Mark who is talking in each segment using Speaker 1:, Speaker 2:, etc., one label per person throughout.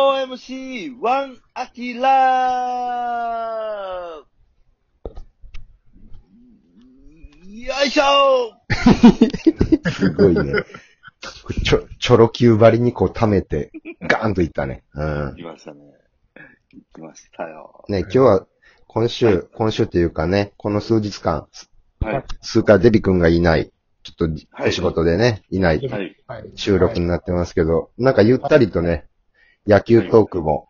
Speaker 1: 4MC1 アキラよいしょ
Speaker 2: すごいね。ちょ、ちょろきゅうばりにこう溜めて、ガーンといったね。うん。
Speaker 1: 来ましたね。来ましたよ。
Speaker 2: ね、今日は、今週、今週というかね、この数日間、
Speaker 1: はい。
Speaker 2: 数回デビ君がいない、ちょっ
Speaker 1: は
Speaker 2: と
Speaker 1: い
Speaker 2: お仕事でね、いない
Speaker 1: はい。
Speaker 3: はい。
Speaker 2: 収録になってますけど、なんかゆったりとね、野球トークも、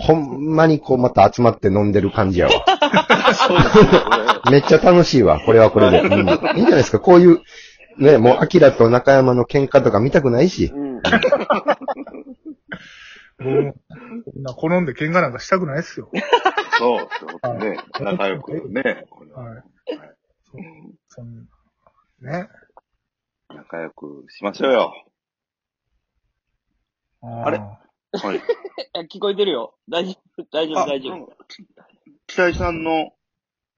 Speaker 2: ほんまにこうまた集まって飲んでる感じやわ。
Speaker 1: そうですね。これ
Speaker 2: めっちゃ楽しいわ、これはこれで。うん、いいんじゃないですか、こういう、ね、もう、アキラと中山の喧嘩とか見たくないし。
Speaker 1: うん。
Speaker 3: 僕そんな好んで喧嘩なんかしたくないっすよ。
Speaker 1: そうですよ本当にね。仲良くね。これは
Speaker 3: はい。そそんね。
Speaker 1: 仲良くしましょうよ。
Speaker 3: あ
Speaker 1: あれ
Speaker 3: れ
Speaker 1: はい。
Speaker 4: あ聞こえてるよ。大丈夫、大丈夫、大丈
Speaker 1: なん
Speaker 4: 夫。
Speaker 1: かき期待さんの、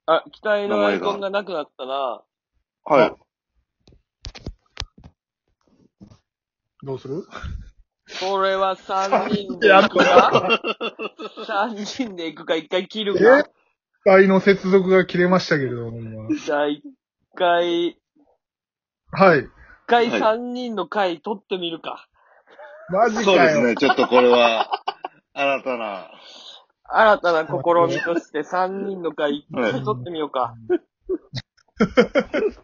Speaker 4: あ、機体のアイコンがなくなったら、
Speaker 1: はい。
Speaker 3: どうする
Speaker 4: これは3人で行くか ?3 人で行くか、1回切るか。
Speaker 3: 愛の接続が切れましたけれども。
Speaker 4: じゃあ1回、一
Speaker 3: はい。
Speaker 4: 回
Speaker 1: はい
Speaker 4: 3人の回取ってみるか。
Speaker 3: マジか
Speaker 1: そう
Speaker 3: よ。
Speaker 1: ですね。ちょっとこれは、 新たな、
Speaker 4: 新たな試みとして3人の回1回取ってみようか。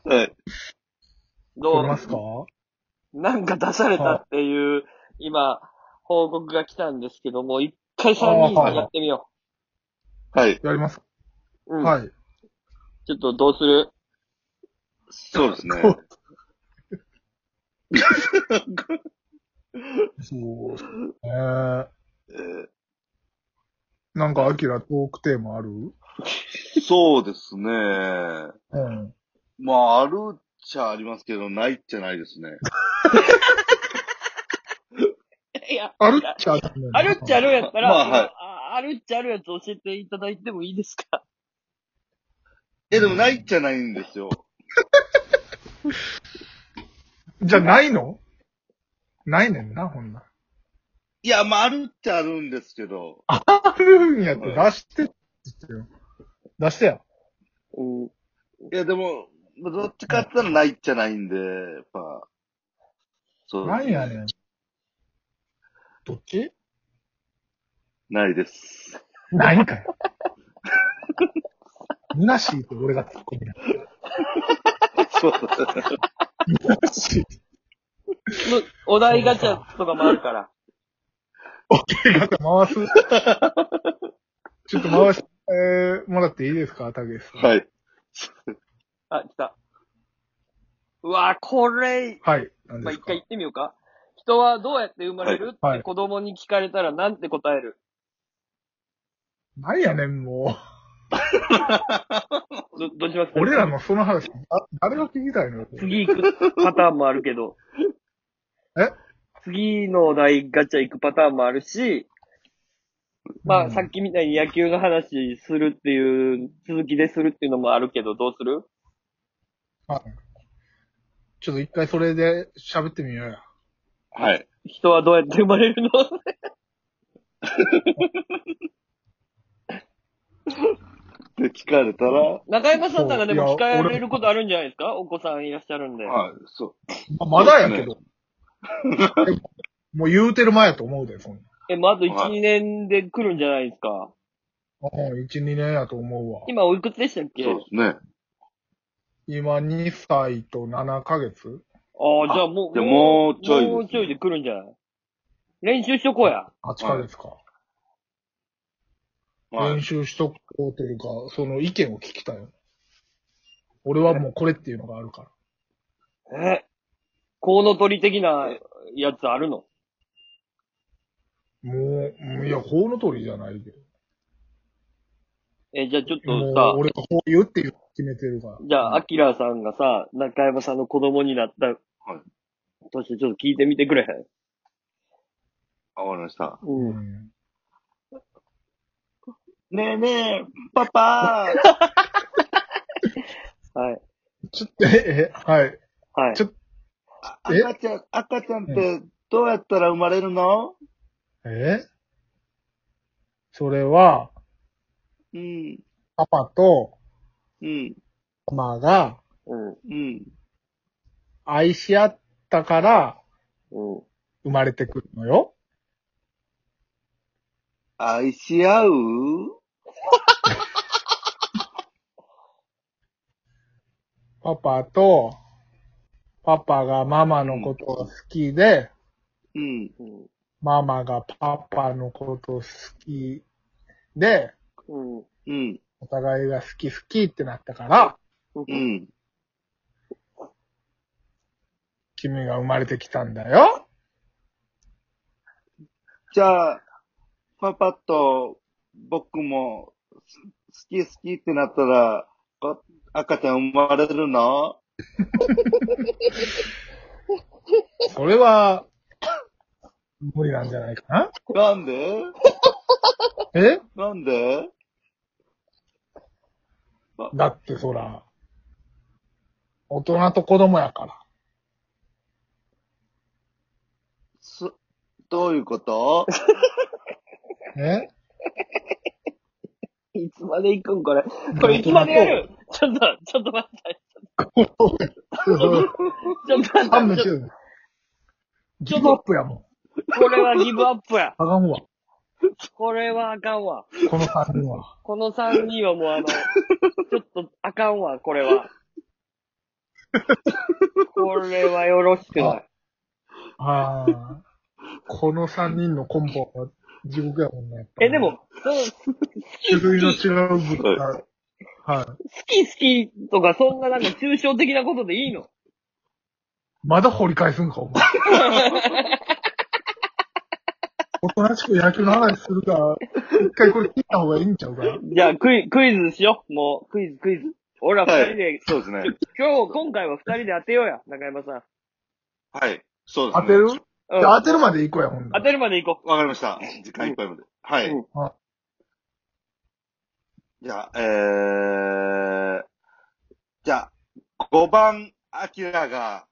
Speaker 1: はい。
Speaker 4: ど
Speaker 3: 撮れ
Speaker 4: う
Speaker 3: ますか
Speaker 4: なんか出されたっていう、今、報告が来たんですけども、1回3人でやってみよ
Speaker 1: はい。
Speaker 3: やります
Speaker 4: う。うん。
Speaker 3: はい。
Speaker 4: ちょっとどうする
Speaker 1: そうですね。
Speaker 3: そうですね。えー、
Speaker 1: えー
Speaker 3: なんか、アキラトークテーマある
Speaker 1: そうですね。
Speaker 3: うん。
Speaker 1: まあ、あるっちゃありますけど、ないっちゃないですね。
Speaker 4: いや、
Speaker 3: あるっちゃある、
Speaker 4: あるっちゃあ
Speaker 3: る。
Speaker 4: るやったら、
Speaker 1: まあはい
Speaker 4: ああるっちゃあるやつ教えていただいてもいいですか
Speaker 1: え、でもないっちゃないんですよ。
Speaker 3: じゃあ、ないのないねんな、ほんなら。
Speaker 1: いや、まあ、あるっちゃあるんですけど、
Speaker 3: あるんやって出してって言ってよ。出してや。
Speaker 4: うん。
Speaker 1: いや、でも、まあどっちかって言ったらないっちゃないんで、やっぱ、そうです
Speaker 3: なんやねん。どっち
Speaker 1: ないです。
Speaker 3: ないんかい。むなしいと俺が突っ込みだ。
Speaker 1: そう
Speaker 3: むなしい。
Speaker 4: お題ガチャとかもあるから。
Speaker 3: 手が回す。ちょっと回して、えー、もらっていいですか、たけしさん。
Speaker 1: はい。
Speaker 4: あ、来た。うわぁ、これ、
Speaker 3: はい。何
Speaker 4: ま
Speaker 3: です
Speaker 4: あ、一
Speaker 3: か
Speaker 4: 回言ってみようか。人はどうやって生まれる、
Speaker 3: はい
Speaker 4: って子供に聞かれたらなんて答える
Speaker 3: なんやねん、も
Speaker 4: ど、どうします
Speaker 3: う。俺らのその話、あ誰が聞きたいの
Speaker 4: 次行くパターンもあるけど。
Speaker 3: え
Speaker 4: 次のお題ガチャ行くパターンもあるし、ま
Speaker 3: う
Speaker 4: あ、
Speaker 3: ん
Speaker 4: さっきみたいに野球の話するっていう、続きでするっていうのもあるけど、どうする
Speaker 3: ちょっと一回それで喋ってみようや。
Speaker 1: はい。
Speaker 4: 人はどうやって生まれるの
Speaker 1: で、聞かれたら、
Speaker 4: 中山さんなんかで
Speaker 3: いや
Speaker 4: も聞かれることあるんじゃないですかお子さんいらっしゃるんで。
Speaker 1: はい、そ
Speaker 3: ままだやけど。でももう言うてる前やと思うで、そんな。
Speaker 4: え、まず1、
Speaker 1: はい
Speaker 4: 2年で来るんじゃないですか
Speaker 3: うん、1、2年やと思うわ。
Speaker 4: 今おいくつでしたっ
Speaker 1: う。
Speaker 4: け
Speaker 1: そうですね。
Speaker 3: 今2歳と7ヶ月
Speaker 4: ああ、じゃあもう、
Speaker 1: じゃあもうちょいですね
Speaker 4: もうちょいで来るんじゃない練習しとこうや。
Speaker 3: ?8 ヶ月か。
Speaker 1: は
Speaker 3: 練
Speaker 1: い。
Speaker 3: 習しとこうというか、その意見を聞きたいよ。俺はもうこれっていうのがあるから。
Speaker 4: えコウノトリ的なやつあるの
Speaker 3: もううん、いや、法の通りじゃないけ
Speaker 4: え、じゃあちょっ
Speaker 3: ど。も
Speaker 4: と
Speaker 3: う
Speaker 4: さ、
Speaker 3: 俺がこう言うっていうのを決めてるから。
Speaker 4: じゃあ、アキラさんがさ、中山さんの子供になった、としてちょっと聞いてみてくれへ
Speaker 1: あわかりました。
Speaker 4: ん
Speaker 3: う
Speaker 4: うん。
Speaker 3: ん。
Speaker 1: ねえねえ、パパ
Speaker 4: はい。
Speaker 3: ちょっと、え、えはい。
Speaker 4: はい
Speaker 3: ちょ。
Speaker 1: ー赤ちゃん、赤ちゃんってどうやったら生まれるの
Speaker 3: えそれは、
Speaker 1: うん、
Speaker 3: パパと
Speaker 1: うん、
Speaker 3: ママが
Speaker 4: うん、
Speaker 1: うん。
Speaker 3: 愛し合ったから
Speaker 4: うん。
Speaker 3: 生まれてくるのよ。
Speaker 1: 愛し合う
Speaker 3: パパと、パパがママのことを好きで、
Speaker 1: うん、
Speaker 4: うん。
Speaker 3: ママがパパのことを好きで、
Speaker 4: うん。
Speaker 1: うん、
Speaker 3: お互いが好き好きってなったから、
Speaker 1: うん。
Speaker 3: 君が生まれてきたんだよ。
Speaker 1: じゃあ、パパと僕もす好き好きってなったら、こ赤ちゃん生まれるの
Speaker 3: それは、無理なんじゃないかな
Speaker 1: なんで
Speaker 3: え
Speaker 1: なんで
Speaker 3: だってそら、大人と子供やから。
Speaker 1: す、どういうこと
Speaker 3: え
Speaker 4: いつまで行くんこれ。これいつまでやるちょっと、ちょっと待って。 ちょっと待
Speaker 3: 勘
Speaker 4: っ
Speaker 3: 弁
Speaker 4: て
Speaker 3: し
Speaker 4: ちょ。
Speaker 3: てギブアップやもん。
Speaker 4: これはギブアップや。
Speaker 3: あかんわ。
Speaker 4: これはあかんわ。
Speaker 3: この3人 は。
Speaker 4: この3人はもうあの、ちょっとあかんわ、これは。これはよろしくない。
Speaker 3: ああ。この3人のコンボは地獄やもんね。やっぱり
Speaker 4: え、で、も、その好き
Speaker 3: 種類の
Speaker 4: 好き、好
Speaker 3: 違う物体。はい。
Speaker 4: き好きとかそんななんか抽象的なことでいいの
Speaker 3: まだ掘り返すんか、お 前。おとなしく野球の話するから、一回これ切った方がいいんちゃうか
Speaker 4: じゃあクイクイズしよう。もう、クイズ、クイズ。俺ら二人で、
Speaker 1: そうですね。
Speaker 4: 今日、今回は二人で当てようや、中山さん。
Speaker 1: はい。そうです
Speaker 3: 当
Speaker 1: ね。
Speaker 3: てる
Speaker 4: うん
Speaker 3: 当てるまで行こうや、ほんな
Speaker 4: 当
Speaker 3: ら
Speaker 4: てるまでいこ
Speaker 1: わかりました。時間いっぱいまで。は
Speaker 4: う
Speaker 1: い
Speaker 4: ん。
Speaker 1: じゃあ、えー、じゃあ、5番、アキラが、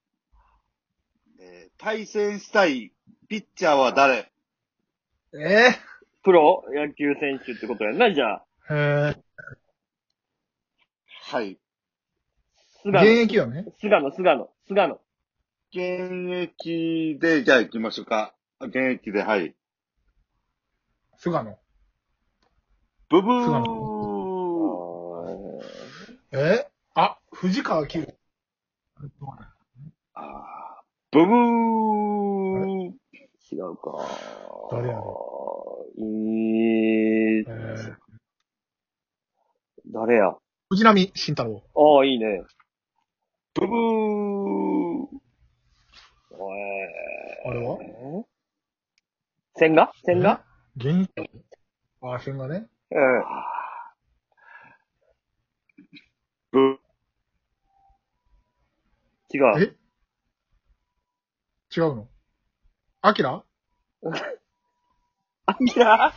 Speaker 1: えー対戦したいピッチャーは誰
Speaker 3: え
Speaker 4: う。プロ野球選手ってことやんな、じゃあ。
Speaker 3: ー、え
Speaker 1: はい。
Speaker 3: ー、
Speaker 4: 菅
Speaker 3: 現
Speaker 4: 野、
Speaker 3: 役よね。
Speaker 4: 菅野、菅野、菅野。
Speaker 1: 現役で、じゃあ行きましょうか。現役で、はい。
Speaker 3: 菅野。
Speaker 1: ブブ
Speaker 3: 菅
Speaker 1: ー
Speaker 3: えあ、藤川球。
Speaker 1: あーブブー
Speaker 4: 違うか。
Speaker 3: 誰や
Speaker 4: え
Speaker 3: え、
Speaker 4: ー
Speaker 3: ー、
Speaker 4: 誰や。
Speaker 3: 藤波慎太郎。
Speaker 4: ああ、いいね。
Speaker 1: ブブー
Speaker 4: お
Speaker 3: あれは
Speaker 4: えー。千賀千賀
Speaker 3: 現役あ、千賀ね。
Speaker 4: うん。
Speaker 1: ブ
Speaker 4: 違
Speaker 3: え
Speaker 4: う。
Speaker 3: 違うのアキラ
Speaker 4: アキラ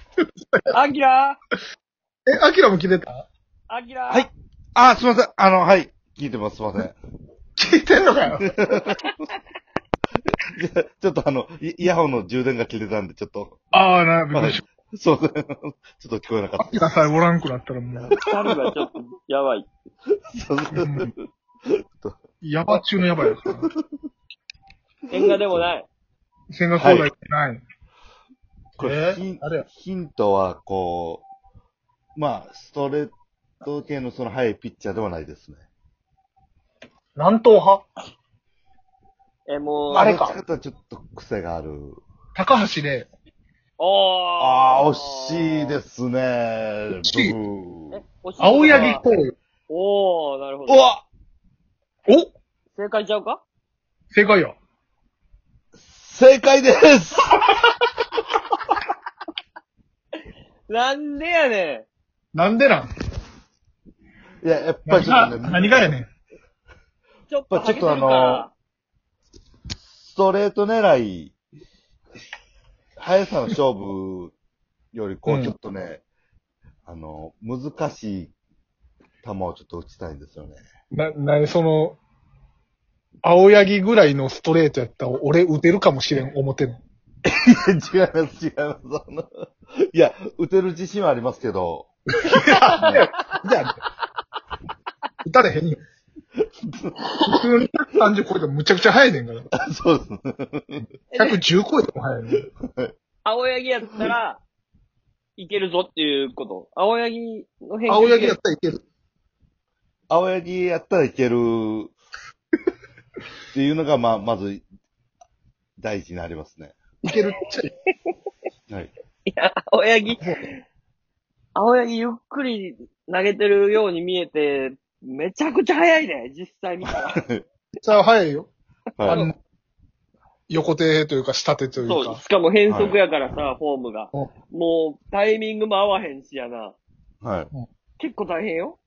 Speaker 4: アキラ
Speaker 3: え、アキラも来てた
Speaker 4: アキラ
Speaker 1: はいあー、すいません。あの、はい。聞いてます。すいません。
Speaker 3: 聞いてんのかよ。
Speaker 1: ちょっとあの、イイヤホンの充電が切れたんで、ちょっと、
Speaker 3: ああ、なるほど。
Speaker 1: は
Speaker 3: ア
Speaker 1: いそう、 ちょっと聞こえなかっ
Speaker 3: キラさえおらんくなったらもう、
Speaker 4: 二人がちょっと、やばい。
Speaker 1: た。すいませ
Speaker 3: うん んやば中のやばいやったな。
Speaker 4: 千賀でもない。
Speaker 3: 千賀兄弟ってない。
Speaker 1: これ、
Speaker 3: え
Speaker 1: ヒン
Speaker 3: あれや
Speaker 1: ヒントは、こう、まあ、ストレート系のその速いピッチャーではないですね。
Speaker 3: 南東派
Speaker 4: え、もう。
Speaker 3: あれか
Speaker 1: どっちというとちょっと癖がある。
Speaker 3: 高橋で、
Speaker 4: おー。。
Speaker 1: ああ、惜しいですすね。
Speaker 3: 惜しい
Speaker 1: ブブー
Speaker 4: え、惜しいのは
Speaker 3: 青柳こうよ。
Speaker 4: おー、なるほ
Speaker 1: う
Speaker 4: ど。
Speaker 1: わ
Speaker 3: お
Speaker 4: 正解ちゃうか
Speaker 3: 正解や。
Speaker 1: 正解です
Speaker 4: なんでやね
Speaker 3: なんでなん
Speaker 1: いや、やっぱりちょ
Speaker 3: 何
Speaker 1: っ
Speaker 3: が
Speaker 1: とね、
Speaker 3: 何がやねん。
Speaker 4: ん。ちょっと、
Speaker 1: ちょっとあのストレート狙い、速さの勝負より、こ
Speaker 3: うん
Speaker 1: う、ちょっとね、あの、難しい球をちょっと打ちたいんですよね。
Speaker 3: な、な、その、青柳ぐらいのストレートやったら俺打てるかもしれん、思ってんの。
Speaker 1: 違います、違います。あのいや、打てる自信はありますけど。
Speaker 3: じゃあ、打たれへんよ。普通に130超えてもむちゃくちゃ速いねんから。
Speaker 1: そうですね。
Speaker 3: 110超えても速いねん。
Speaker 4: 青柳やったら、いけるぞっていうこと。青柳の変化
Speaker 3: 青柳やったらいける。
Speaker 1: 青柳やったらいける。っていうのが、まあ、まず、大事になりますね。
Speaker 3: いけるっちゃい
Speaker 1: はい。
Speaker 4: いや、青柳、青柳ゆっくり投げてるように見えて、めちゃくちゃ速いね、実際見た ら。
Speaker 3: さあ速いよ。あ
Speaker 1: はい。
Speaker 3: の、横手というか下手という
Speaker 4: そう、
Speaker 3: か。
Speaker 4: しかも変則やからさ、フォームが。
Speaker 3: うん
Speaker 4: もう、タイミングも合わへんしやな。
Speaker 1: はい。
Speaker 4: 結構大変よ。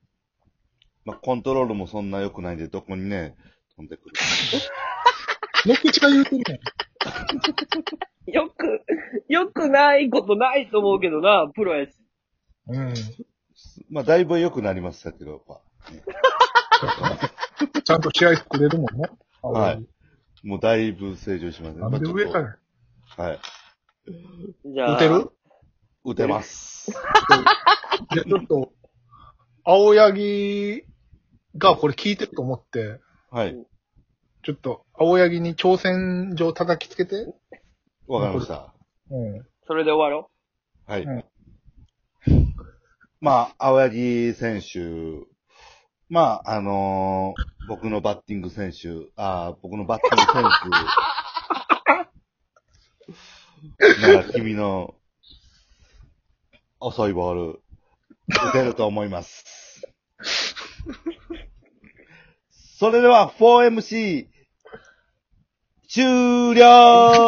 Speaker 1: まあ、コントロールもそんな良くないんで、どこにね、飛んでくる。
Speaker 3: 野口が言うてるやん。
Speaker 4: よく、 よくないことないと思うけどな、プロやし。
Speaker 3: うん。
Speaker 1: まあ、だいぶ良くなりましたけど、やっぱ。
Speaker 3: ちゃんと試合作れるもんね。
Speaker 1: はい。もうだいぶ成長しました
Speaker 3: なんで上から。
Speaker 1: ら。はい。
Speaker 4: じゃあ。
Speaker 3: 打てる
Speaker 1: 打てます。
Speaker 3: いやちょっと、青柳がこれ聞いてると思って、
Speaker 1: はい。
Speaker 3: ちょっと、青柳に挑戦状叩きつけて。
Speaker 1: わかりました。
Speaker 3: うん。。
Speaker 4: それで終わろ
Speaker 1: はいう
Speaker 3: ん
Speaker 1: まあ、青柳選手、まあ、あのー僕のバッティング選手、あー僕のバッティング選手、なら君の遅いボール、打てると思います。それでは 4MC 終了